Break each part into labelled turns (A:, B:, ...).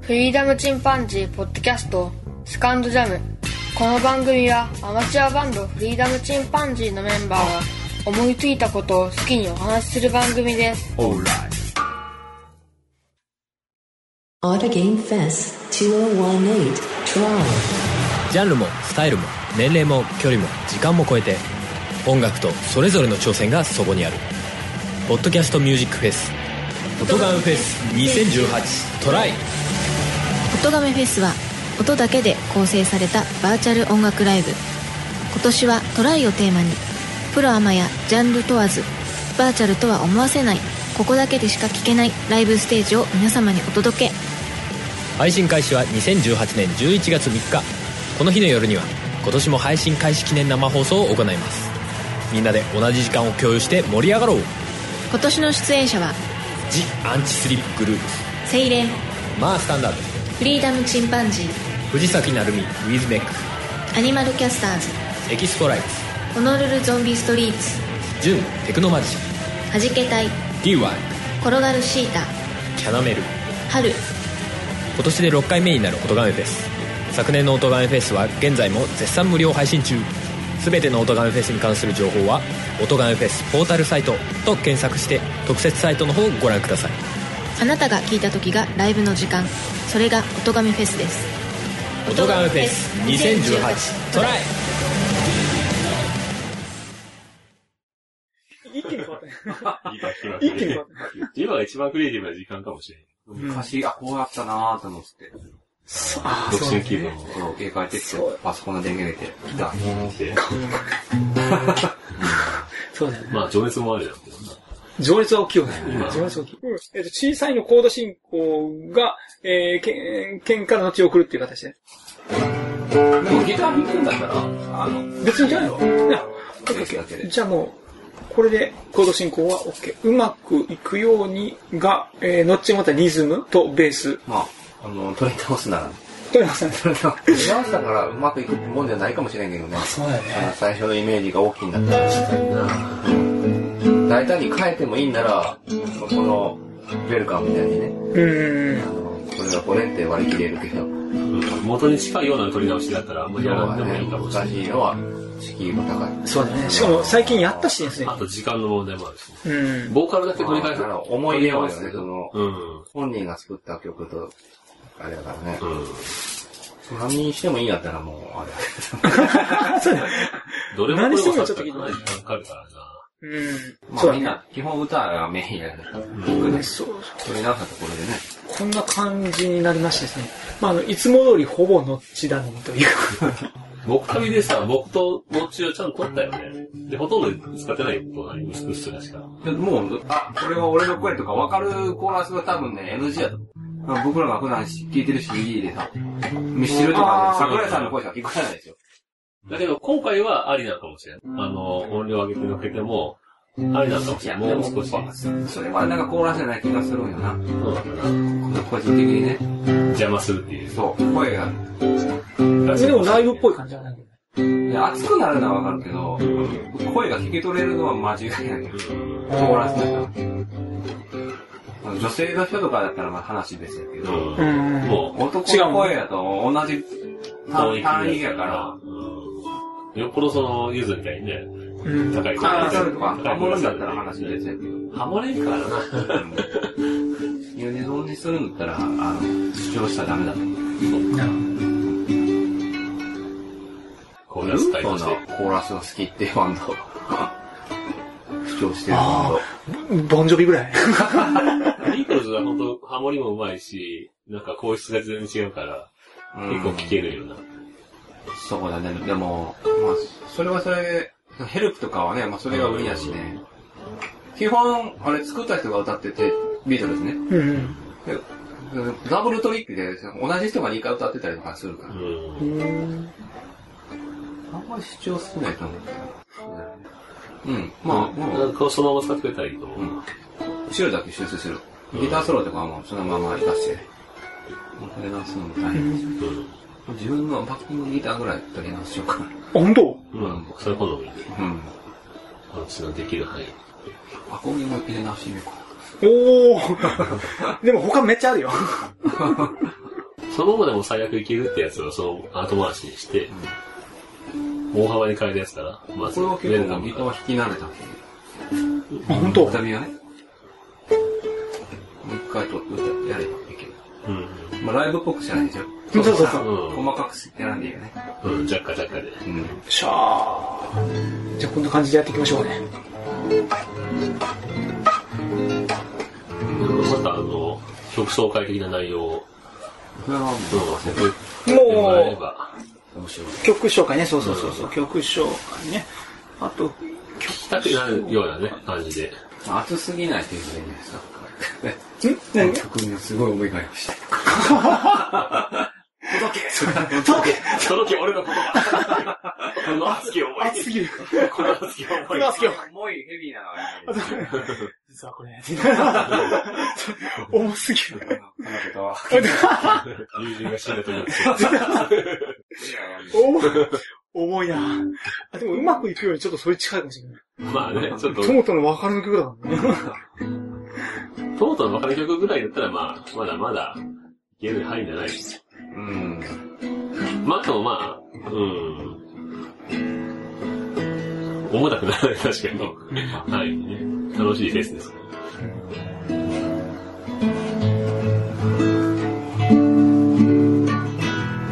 A: フリーダムチンパンジーポッドキャストスカンドジャムこの番組はアマチュアバンドフリーダムチンパンジーのメンバーが思いついたことを好きにお話しする番組です
B: オーライ
C: Auto Game Fest 2018 Toronto.
D: ジャンルもスタイルも年齢も距離も時間も超えて音楽とそれぞれの挑戦がそこにある「ポッドキャストミュージックフェス」「フォトガンフェス2018トライ
E: 音亀フェスは音だけで構成されたバーチャル音楽ライブ今年は「トライ」をテーマにプロアマやジャンル問わずバーチャルとは思わせないここだけでしか聴けないライブステージを皆様にお届け」
D: 配信開始は2018年11月3日この日の夜には今年も配信開始記念生放送を行いますみんなで同じ時間を共有して盛り上がろう
E: 今年の出演者は
D: 「ジ・アンチスリップグループ
E: 「セイレン」
D: マースタンダー
E: 「フリーダムチンパンジー」
D: ド藤崎鳴海ウィズメック
E: 「アニマルキャスターズ」
D: エキストライツ
E: 「ホノルルゾンビストリーツ」
D: ジュンテクノマジシャン
E: 「はじけたい」
D: DY
E: 「転がるシータ」
D: キャナメル
E: 「春」
D: 今年で6回目になる音ガメフェス昨年の音ガメフェスは現在も絶賛無料配信中全ての音ガメフェスに関する情報は「音ガメフェスポータルサイト」と検索して特設サイトの方をご覧ください
E: あなたが聴いた時がライブの時間それが音亀フェスです
D: 音ガメフェス2018トライ
F: 一気に変わったね。
G: 一気に今が一番クリエイティブな時間かもしれない。
B: 昔、あ、こうやったなーって思って、
F: あー
G: 独身気分を。
B: この絵描いてきて
F: そう、
B: パソコンの電源入れて、来た。
G: して
F: そうだよね。
G: まあ、情熱もあるじゃん。
F: 情熱は大きいよね。情熱は大きい。うんえっと、小さいのコード進行が、えー、けん県から後を送るっていう形で。
B: でもギター弾くんだったら、あの、
F: 別にじゃないのいや
B: ベースだけで
F: じゃあもう、これでコード進行は OK。うまくいくようにが、えー、後またリズムとベース。
B: まあ、あの、取り倒すなら、
F: 取りますね。
B: 取り倒すならうまくいくってもんじゃないかもしれんけどね。
F: そうだよ
B: あの最初のイメージが大きいんだったら確かにな大胆に変えてもいいんなら、この、ウェルカムみたいにね、
F: うん
B: あ。の、これはこれって割り切れるけど、
G: うん元に近いような取り直しだったら、あんまりや
B: 要
G: らな
B: は
G: くてもい
B: ね
G: いかもしれ
B: 難
G: ない。
B: しいのは、敷居も高い。
F: そうだね。しかも最近やったしね、すでに
G: あ。と、時間の問題もあるしね。
F: うん。
G: ボーカルだけ取り替え
B: まあ思い入れはあるよねその
G: うん。
B: 本人が作った曲と、あれだからね、
G: うん。
B: 何にしてもいいんだったらもう、あれだけ ど。
F: そうだね。
G: どれもこれも
F: 何
G: さ
F: してもちょっと
G: 時間かかるからな。
F: うん。
B: ま
F: そう
B: あ
F: だ
B: みん
F: ね。
B: な、基本歌がメインやね。うん。
F: そうそう。
B: 取り直したところでね。
F: こんな感じになりましてですね。まあ、あの、いつも通りほぼのっちだのみという。
G: 僕旅でさ、僕ともちをちゃんと取ったよね。で、ほとんど使ってないことはない。薄くすらしか。
B: でもう、あ、これは俺の声とか分かるコーラスは多分ね、NG だと思う。僕らが普段聞いてる CD でさ、ミスチルとか
F: あー
B: 桜井さんの声しか聞こえないでしょ。
G: だけど、今回はありなのかもしれない。あの、音量上げて乗っけても、ありなのかもしれない。もう少し。
B: それはなんかコーラスじゃない気がするんよな。
G: そうなんだな。
B: 個人的にね。
G: 邪魔するっていう。
B: そう、声が。
F: でもライブっぽい感じはないけどね。
B: いや熱くなるのは分かるけど、声が聞き取れるのは間違いない。コーラスだから。女性の人とかだったらまあ話別だけど、
G: うん
F: うん
G: も
B: 男の声だと同じ
G: う、
B: 単
G: 音域
B: 単位やから、
G: うんよっぽどその、ゆずみたいにね、
F: うん。
G: 高い声
B: ああ、
G: 出せ
B: それ
G: る
B: とか、
G: 高い
B: も
G: 声
B: の
G: 出
B: に
G: せ
B: な
G: る
B: ったら話別やけど。
G: ハモれるからな。
B: ユニゾンにするんだったら、あの、主張したらダメだと思う。
G: コーラス隊
B: そ
G: と
B: ん
G: し
B: な
G: て。
B: コーラスが好きっていうバンド。主張してるバンド。
F: ボンジョビぐらい。
G: ビートルズは本当ハモリもうまいし、なんか声質が全然違うから、
B: うん
G: 結構聴けるような。
B: そうだね。でも、まあ、それはそれで、ヘルプとかはね、まあそれが売りやしね。基本、あれ作った人が歌ってて、ビートルズね。
F: うん。
B: でダブルトリックで、同じ人が2回歌ってたりとかするから
G: う。ん
B: あんまり主張少ないと思う。うん。まあ、も
G: な
B: うん
G: かそのまま使ってくれたらいいと思う。
B: 後ろだけ修正する。ギターソロとかはもうそのまま活かして。もう取り直すのも大変ですよ。自分のバッキングギターぐらい取り直しようかな。
F: 温度
G: うん。まあ、僕それ好みで、
B: うん。
G: 私のできる範囲。
B: アコギも入れ直してみようか
F: おーでも他めっちゃあるよ。
G: そのままでも最悪いけるってやつをその後回しにして、大幅に変えるやつから、まず、
B: これを結
G: ウェルダ
B: 構
G: ム
B: ギ
G: か
B: ター
G: ら
B: を弾き慣れたんですよ。
F: あ、本当。
B: 痛みはね。もう一回とやればいける。
G: うん
B: まあライブっぽくしないでしょ。
F: そうそうそう。
G: うん。
B: 細かく選んでいいよね。
G: うん。うん、ジャッカジャッカで。
B: うん。
F: しゃあ。じゃあこんな感じでやっていきましょうね。
G: また、あの、曲紹介的な内容を、
B: これはもう
G: うん、送ってもらえれ
F: も
G: ば、
B: どうしよう。
F: う、曲紹介ね。そうそうそうそう。曲紹介ね。あと、
G: 聞きたくなるようなね、感じで。
B: まあ熱すぎないっていうのがいいんじゃないですか。
F: ん何
B: 曲にすごい思いがありました。届け
F: 届け
G: その時俺の言葉。 この熱き思い。
F: 熱すぎる。
G: この熱き思い。
F: 熱き思い
B: 重いヘビーなのがいいね。
F: 実はこれ。重すぎる。
B: この曲は
G: 友人が死んだと思って。
F: お重いなあでもうまくいくよりちょっとそれ近いかもしれない。
G: まあね、ちょっと、
F: トモトの別れの曲だもんね。
G: トモトの別れ曲ぐらいだったら、まあ、まだまだ、いける範囲じゃない
B: うん。
G: まあ、でもまあ、うん。重たくならない、確かに。はい、ね。楽しいフェスです。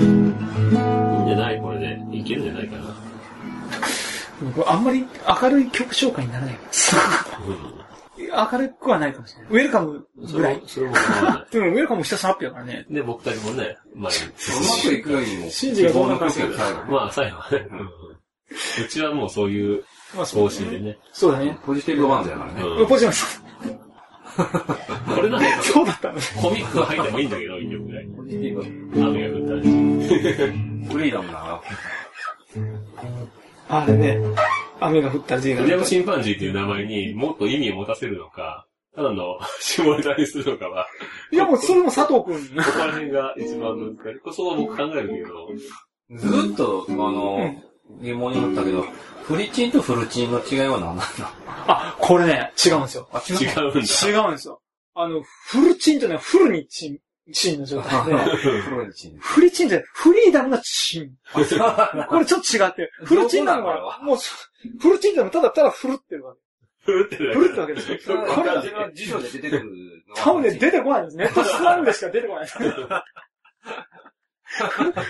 G: いいんじゃないこれで。いけるんじゃないかな。
F: あんまり明るい曲紹介にならないか
G: う
F: ら。明るくはないかもしれない。ウェルカム
G: ん。そ
F: ぐら
G: れ
F: い
G: も、。それも構わな
F: でもウェルカムもひたすら発表だからね。
G: い。で、僕たちもね、前に
B: うまくいくよりも、
F: シンジがどんな感じ
B: 希望の曲が最後
G: まあ、最後はね。うんうちはもうそういう
F: まあ
G: 方針でね。
F: そうだね。
B: ポジティブバンドやからね。
G: うん
F: ポジティブです。
G: これなんか、
F: そうだったのね。
G: コミックが入ってもいいんだけど、一曲ぐらい。
B: ポジティブ。
G: 雨が降ったり。
B: フリーダムだな。
F: あれね。雨が降ったら自由
G: ウィリ
F: だ
G: アム
F: ね。
G: チンパンジーっていう名前にもっと意味を持たせるのか、ただの 絞り出にするのかは、
F: いやもうそれも佐藤くん。
G: ここら辺が一番難しい。こそは僕考えるけど、
B: ずーっと、あの、疑問に思ったけど、フリチンとフルチンの違いは何なんだ
F: あ、これね、違うんですよ。
B: あ、
G: 違
B: う。
G: うんだ。
F: 違うんですよ。あの、フルチンじゃない、フルにチン、チンの状態 で。
B: フルチン。
F: フリチンじゃない、フリーダムのチン。これちょっと違って、フルチンなの
B: どこなの
F: は
B: こ、
F: もう、フルチンでもただただフルってるわ
G: ふるって
F: け。
G: る
F: フルってわけですよ。これ、
B: 自分の辞書で出てくるのは
F: 多分ね、出てこないんです。ネットスラングでしか出 てこないです。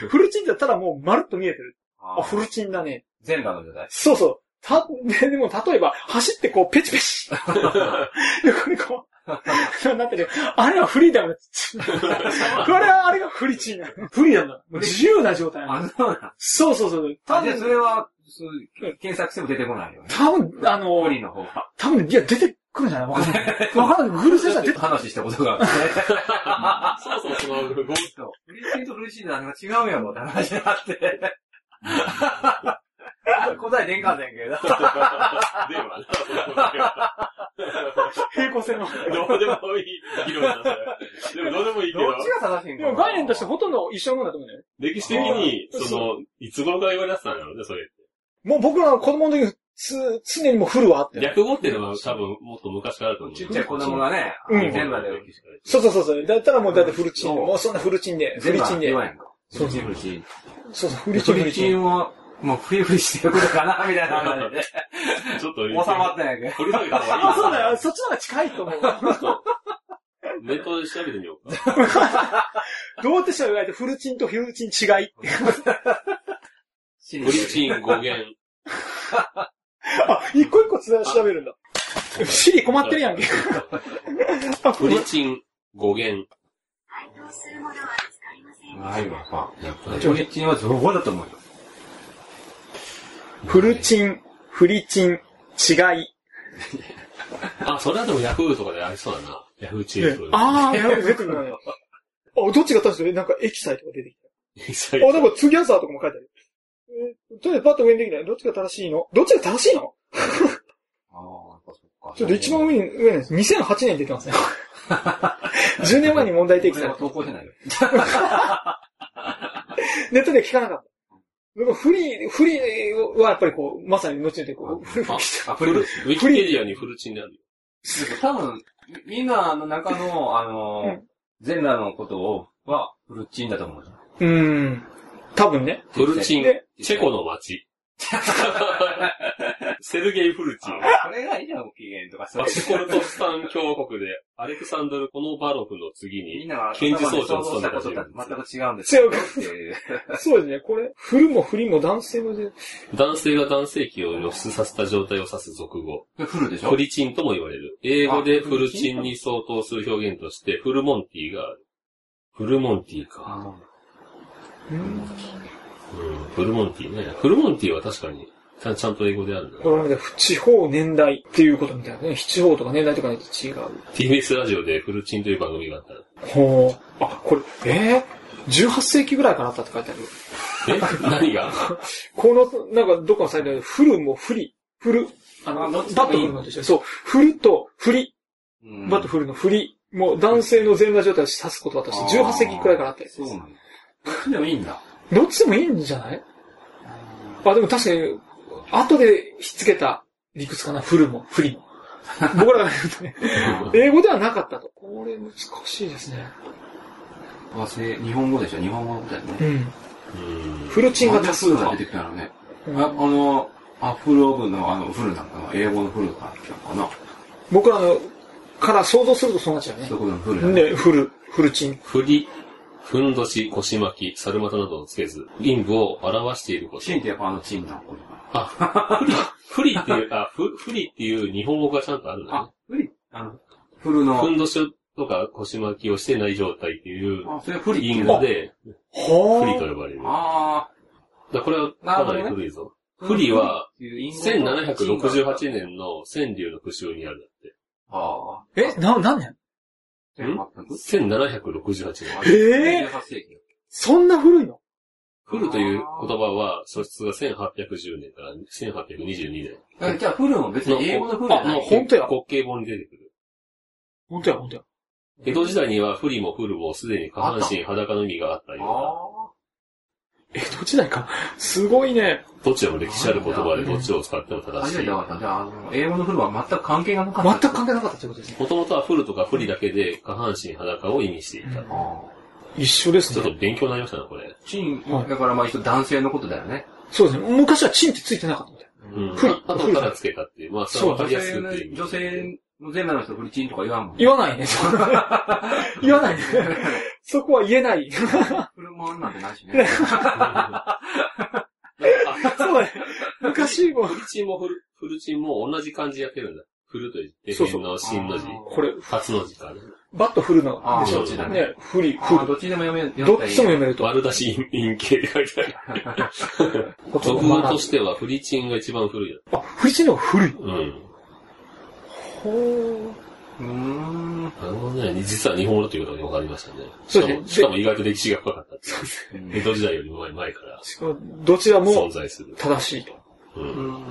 F: フルチンってただもうまるっと見えてる。
B: あ
F: あ、フルチンだね。
B: 全裸の状態。
F: そうそう。た、ででも、例えば、走ってこう、ペチ ペチ。横にこう、なってる。あれはフリーダムだ。 これは、あれがフリチンだ。フリーダムだ。もう自由な状態なの
B: あ、そうなん
F: そうそうそう。多
B: だ。で、そ
F: 分、
B: れは、そう検索しても出てこないよね。
F: 多分、あ
B: フ
F: の、
B: リーの方が。
F: 多分、いや、出てくるんじゃないわかんない。わかんない。グルセさん出て、
B: 話したことがあって。
G: そうそう、その、ご
B: そうフリチンとフルチンの何が違うやろって話にな って。答え出んかんねんけど。
G: ではな、
F: 平行線の。
G: どうでもいい議論だ、それ。でもどうでもいいけど
B: ど、っちが正しいん
F: で
B: かな
F: も、概念としてほとんど一緒のもんだと思うんだよね。
G: 歴史的に、その、いつ頃から言われてたんだろうね、それ。
F: もう僕らの子供の時、つ、常にもうフルはあって。
G: 略語っていうのは多分もっと昔からだと思う。
B: ちっちゃい子供がね、
F: うん
B: 全裸で、
F: そうそうそうそう。だったらもうだってフルチン。
B: そう
F: もうそんなフルチンで。フ
B: 全
F: ル
B: 裸
F: チン
B: って
F: で
B: 言。わへんか。フリチン、フリチン。
F: そうそう、フ
B: フ
F: ル
B: リ
F: チ
B: チ
F: ン、
B: ン、フリチ
F: フルチン。
B: ンは、もうフリフリしてくるかなみたいな 話で。
G: ちょっと、
B: 収まってないけど。
G: これだけだ
F: あ、そうだよ。そっちの方が近いと思う。
G: ネットで調べてみようか。
F: どうやってしよう言われて、フルチンとフルチン違い。
B: フ
G: ブリチン語源。
F: あ、一個一個つな調べるんだ。シリ困ってるやんけ。あ、
G: ブ
F: フ
G: リ
F: ル
G: チン語源。
B: ないわ、パン。やっぱり。フリチンは造語だと思うよ。
F: フルチン、フリチン、違い。
G: あ、それはでもヤフーとかでありそうだな。ヤフーチーズ。
F: ああ、やべ、出てくるのよ。あ、どっちが正しいのなんかエキサイとか出てき
G: 実際
F: た。あ、なんかツギャザーとかも書いてある。えーとりあえずパッと上にできない。どっちが正しいのどっちが正しいの
B: ああ、やっぱそっか。
F: ちょっと一番上に、上なんです。2008年に出てますね。10年前 に問題提起
B: これ
F: され
B: は
F: た。
B: 投稿してないよ。
F: ネットでは聞かなかった。でもフリー、フリーはやっぱりこう、まさに後にでこう、フリー
B: あ、
G: フ
B: フ
G: ル
B: リ
G: ウィキペディアにフルチンであるよ。
B: 多分、みみんな、あの、中の、あの、
F: うん
B: 全裸のことを、は、フルチンだと思う。
F: うーん。多分ね。
G: フルチン
F: で、
G: チェコの街。 セルゲイ・フルチン。
B: あこれがいいじゃん、ご機嫌とか、そう
G: バ
B: いう
G: シコルトスタン共和国で、アレクサンドル・コノバロフの次
B: みん
G: に、
B: なが、
G: 検事総長
B: 想
G: を務
B: 像
G: め
B: した
G: た
B: こと
G: 人
B: とは
G: 物。
B: 全く違うんですよ。
F: 違う
B: っていう。
F: そうですね。これ、振るも振りも男性もで、
G: 男性が男性器を露出させた状態を指す俗語。
B: フルでしょ
G: フリチンとも言われる。英語でフルチンに相当する表現として、フルモンティがある。フルモンティか。
B: あ
F: うん。
G: うん、フルモンティね。フルモンティは確かに、ちゃんちゃんと英語であるんだ
F: だからなんか地方年代っていうことみたいなね。地方とか年代とかによって違う。
G: TBS ラジオでフルチンという番組があったの
F: ほう。あ、これ、えー、18世紀ぐらいからあったって書いてある。
G: え何が
F: この、なんか、どっかのサイトで、フルもフリ、フル、あ
B: あ
F: の、
B: ど
F: バ
B: っ
F: ッ
B: ちで
F: ト
B: も
F: フ
B: いい
F: ルのとして、そう、フルとフリ、
B: うん
F: バットフルのフリ、もう男性の全裸状態を指す言葉として、18世紀くらいからあったり
B: そうなんだ。どっちでもいいんだ。
F: どっちでもいいんじゃないあ、でも確かに、後でひっつけた理屈かな、フルもフ リも。僕らが言う とね、英語ではなかったと。これ難しいですね。
B: 和製日本語でしょ日本語みたいなね。
F: うん。
G: うん
F: フルチンが多数
B: なん
F: 派
B: でフルが出てきたのね。
F: うん
B: ああの、アフロブのあの、フルなのかな英語のフルが来たのかな
F: 僕らの、から想像するとそうなっちゃう
B: そういう
F: ね
B: ことのフル。だね。
F: で、フル、フルチン。
G: フリ、ふんどし、腰巻き、猿股などをつけず、陰部を表していること
B: チ。ンってやっぱあのチンなのこれ
G: あ、フリ、フリって いう、あ、フフリっていう日本語がちゃんとあるんだね
B: あ。、フリあの、フルの
G: ふ、んどしとか腰巻きをしてない状態っていう
B: あ、それフリ
G: 隠
B: って
G: 語
B: 言うんだ
G: で、
F: ほ
G: フリと呼ばれる。だから
B: あ
G: これはかなり古いぞ。フリは、
B: ー、
G: 1768年の川柳の復習にあるんだって。
B: ああ。
F: え、な、何年
G: 1768年。
F: えー
B: ?18 世紀。
F: そんな古いの
G: フルという言葉は、素質が1810年から1822
B: だからじゃあ、フルも別に英語のフルじゃな
F: あ
B: い。
F: 本当
G: 年。
F: や。
G: 国慶本に出てくる。
F: 本当や、本当や。
G: 江戸時代にはフリもフルもすでに下半身裸の意味があったような。
F: 江戸時代か。すごいね。
G: どちらも歴史ある言葉でどっちを使っても
B: ああ。
G: 正し
B: 初め
G: い
B: て。分かった。じゃあ、あの、英語のフルは全く関係がなか
F: 全
B: った。
F: く関係なかったということですね。
G: もともとはフルとかフリだけで下半身裸を意味していた。
B: あ
F: 一緒です
G: ちょっ
F: ね。
G: と勉強になりましたな、これ。
B: ーチン
F: は、い
B: だからまあ一応男性のことだよね。
F: そうですね。昔はチンってついてなかったみたい。
G: うん。
F: フリ
G: あとからつけたっていう。まあ、それは分か
B: 女
G: りやす
B: 性
G: くっ
B: の
G: ていう意味。、
B: 女性の全裸の人フリチンとか言わんもん。
F: 言わ ないね。言わないね。そこは言えない。
B: フルもあんなんてないしね。
F: そうね。昔も。
G: フルチンもフル、フルチンも同じ漢字やってるんだ。フルと言って、
F: そうそ
G: 変
F: う
G: の真の字。
F: これ、
G: 初の字かね。
F: バット振るの
B: ああ、
F: でし
B: どっ
F: ょ。
B: ちだね。
F: ね、振り、
B: あ
F: 振
B: ー
F: る。
B: どっちでも読め、
F: どっちも読
B: め
F: めると。
G: 悪出し陰形で書いてある。俗語としてはフリチンが一番古い
F: あ、振りチンの方が古い。
G: だ。うん。
F: ほー。
B: うーん。
G: あのね、実は日本語だということが分かりましたね。
F: そうですね
G: しかもしかも意外と歴史が深かったっていう。江戸時代よりも前から
F: しかもどちらも
G: 存在する。
F: 正しいと。
G: うん。
B: うん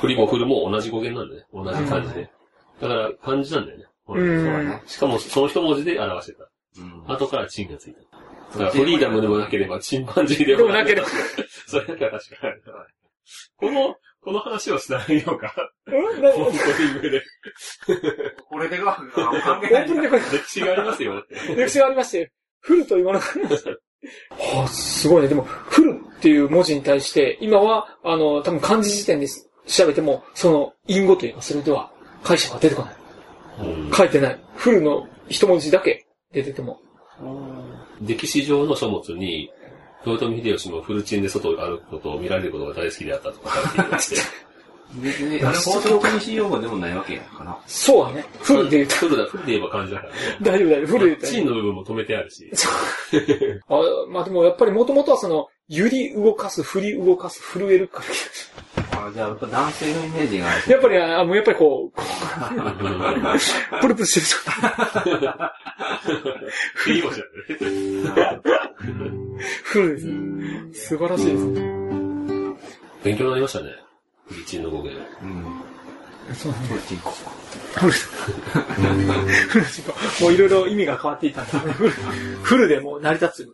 G: フリもフルも同じ語源なんだね。同じ漢字で。だから漢字なんだよね。
F: うん
B: そうだね。
G: しかもその一文字で表してた。
B: うん
G: 後からチンがついた。だからフリーダムでもなければ、チンパンジーでもなければ。 それだけは確かに。この、この話をしないようか。
F: うん
G: オー
F: な
G: プニングで。
B: これでが、あ関
F: オ
B: 係な
F: ープ
B: い。
F: ニングでこれ
G: 歴史がありますよ。
F: 歴史がありまして、フルと言わなくなりました。はあ、すごいね。でも、フルっていう文字に対して、今は、あの、多分漢字辞典です調べても、その、隠語というか、それでは解釈が出てこない。
G: うん
F: 書いてない。フルの一文字だけ出てても。
G: 歴史上の書物に、豊臣秀吉もフルチンで外を歩くことを見られることが大好きであったとか書いていまして。
B: 別に、あれ放送禁止用語でもないわけやから。
F: そうはね。フルで言うと、
G: フルだ、フルで言えば漢字だからね。
F: 大丈夫大丈夫。フルで言うと
G: チ
F: ね。
G: ンの部分も止めてある し。
F: あまあでも、やっぱりもともとはその、揺り動かす、振り動かす、震えるから。
B: あじゃあ、やっぱ男性のイメージがある。
F: やっぱり、あもうやっぱりこう、こうプルプルしてる。
G: いいおじゃんね。
F: フルですね。素晴らしいですね。
G: 勉強になりましたね。フルチンの語源。
B: うん。
F: そう
B: プルチンコ。
F: フル。フルしかもういろいろ意味が変わっていたんだね。フル。フルでもう成り立つというこ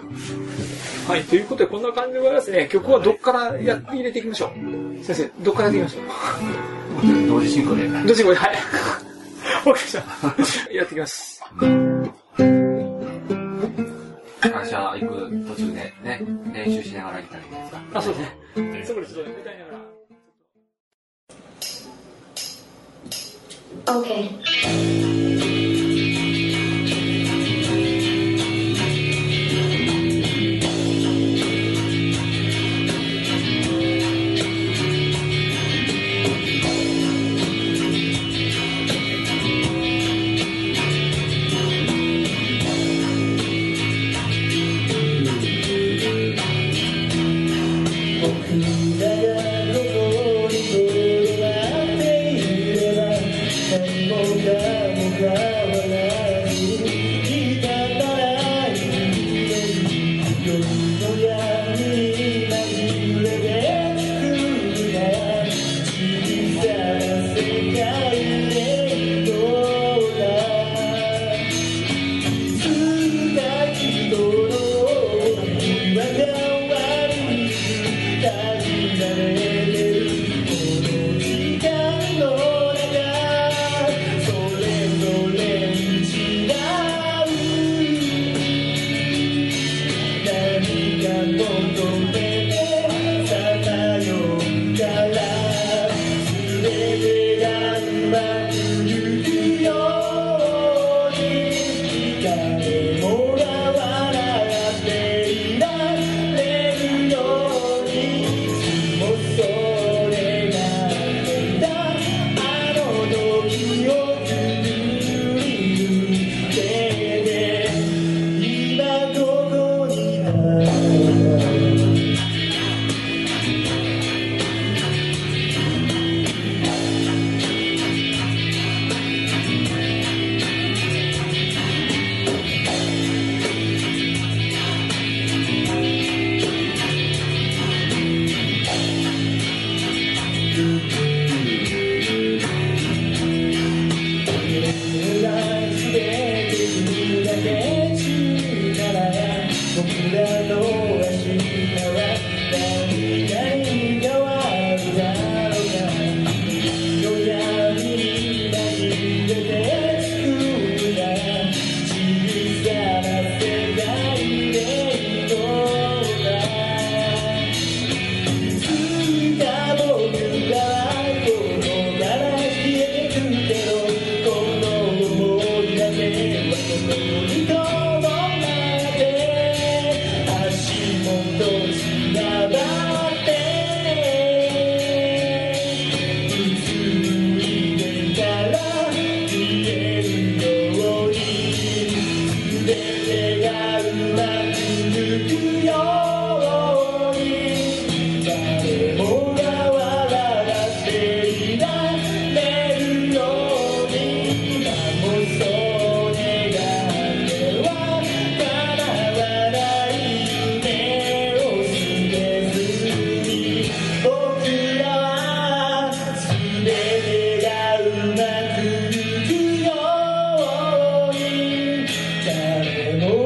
F: とですね。はい、ということでこんな感じでございますね。曲はどっからや入れていきましょう。先生、どっからやっていきましょう。
B: 同時進行で。
F: どっちもはい。 わかりました。 やってきます。
B: 会社行く途中でね、練習しながら行ったらいいんじゃないですか。
F: あ、そうですね。そこでちょっと歌いながら。
H: Okay.
I: Oh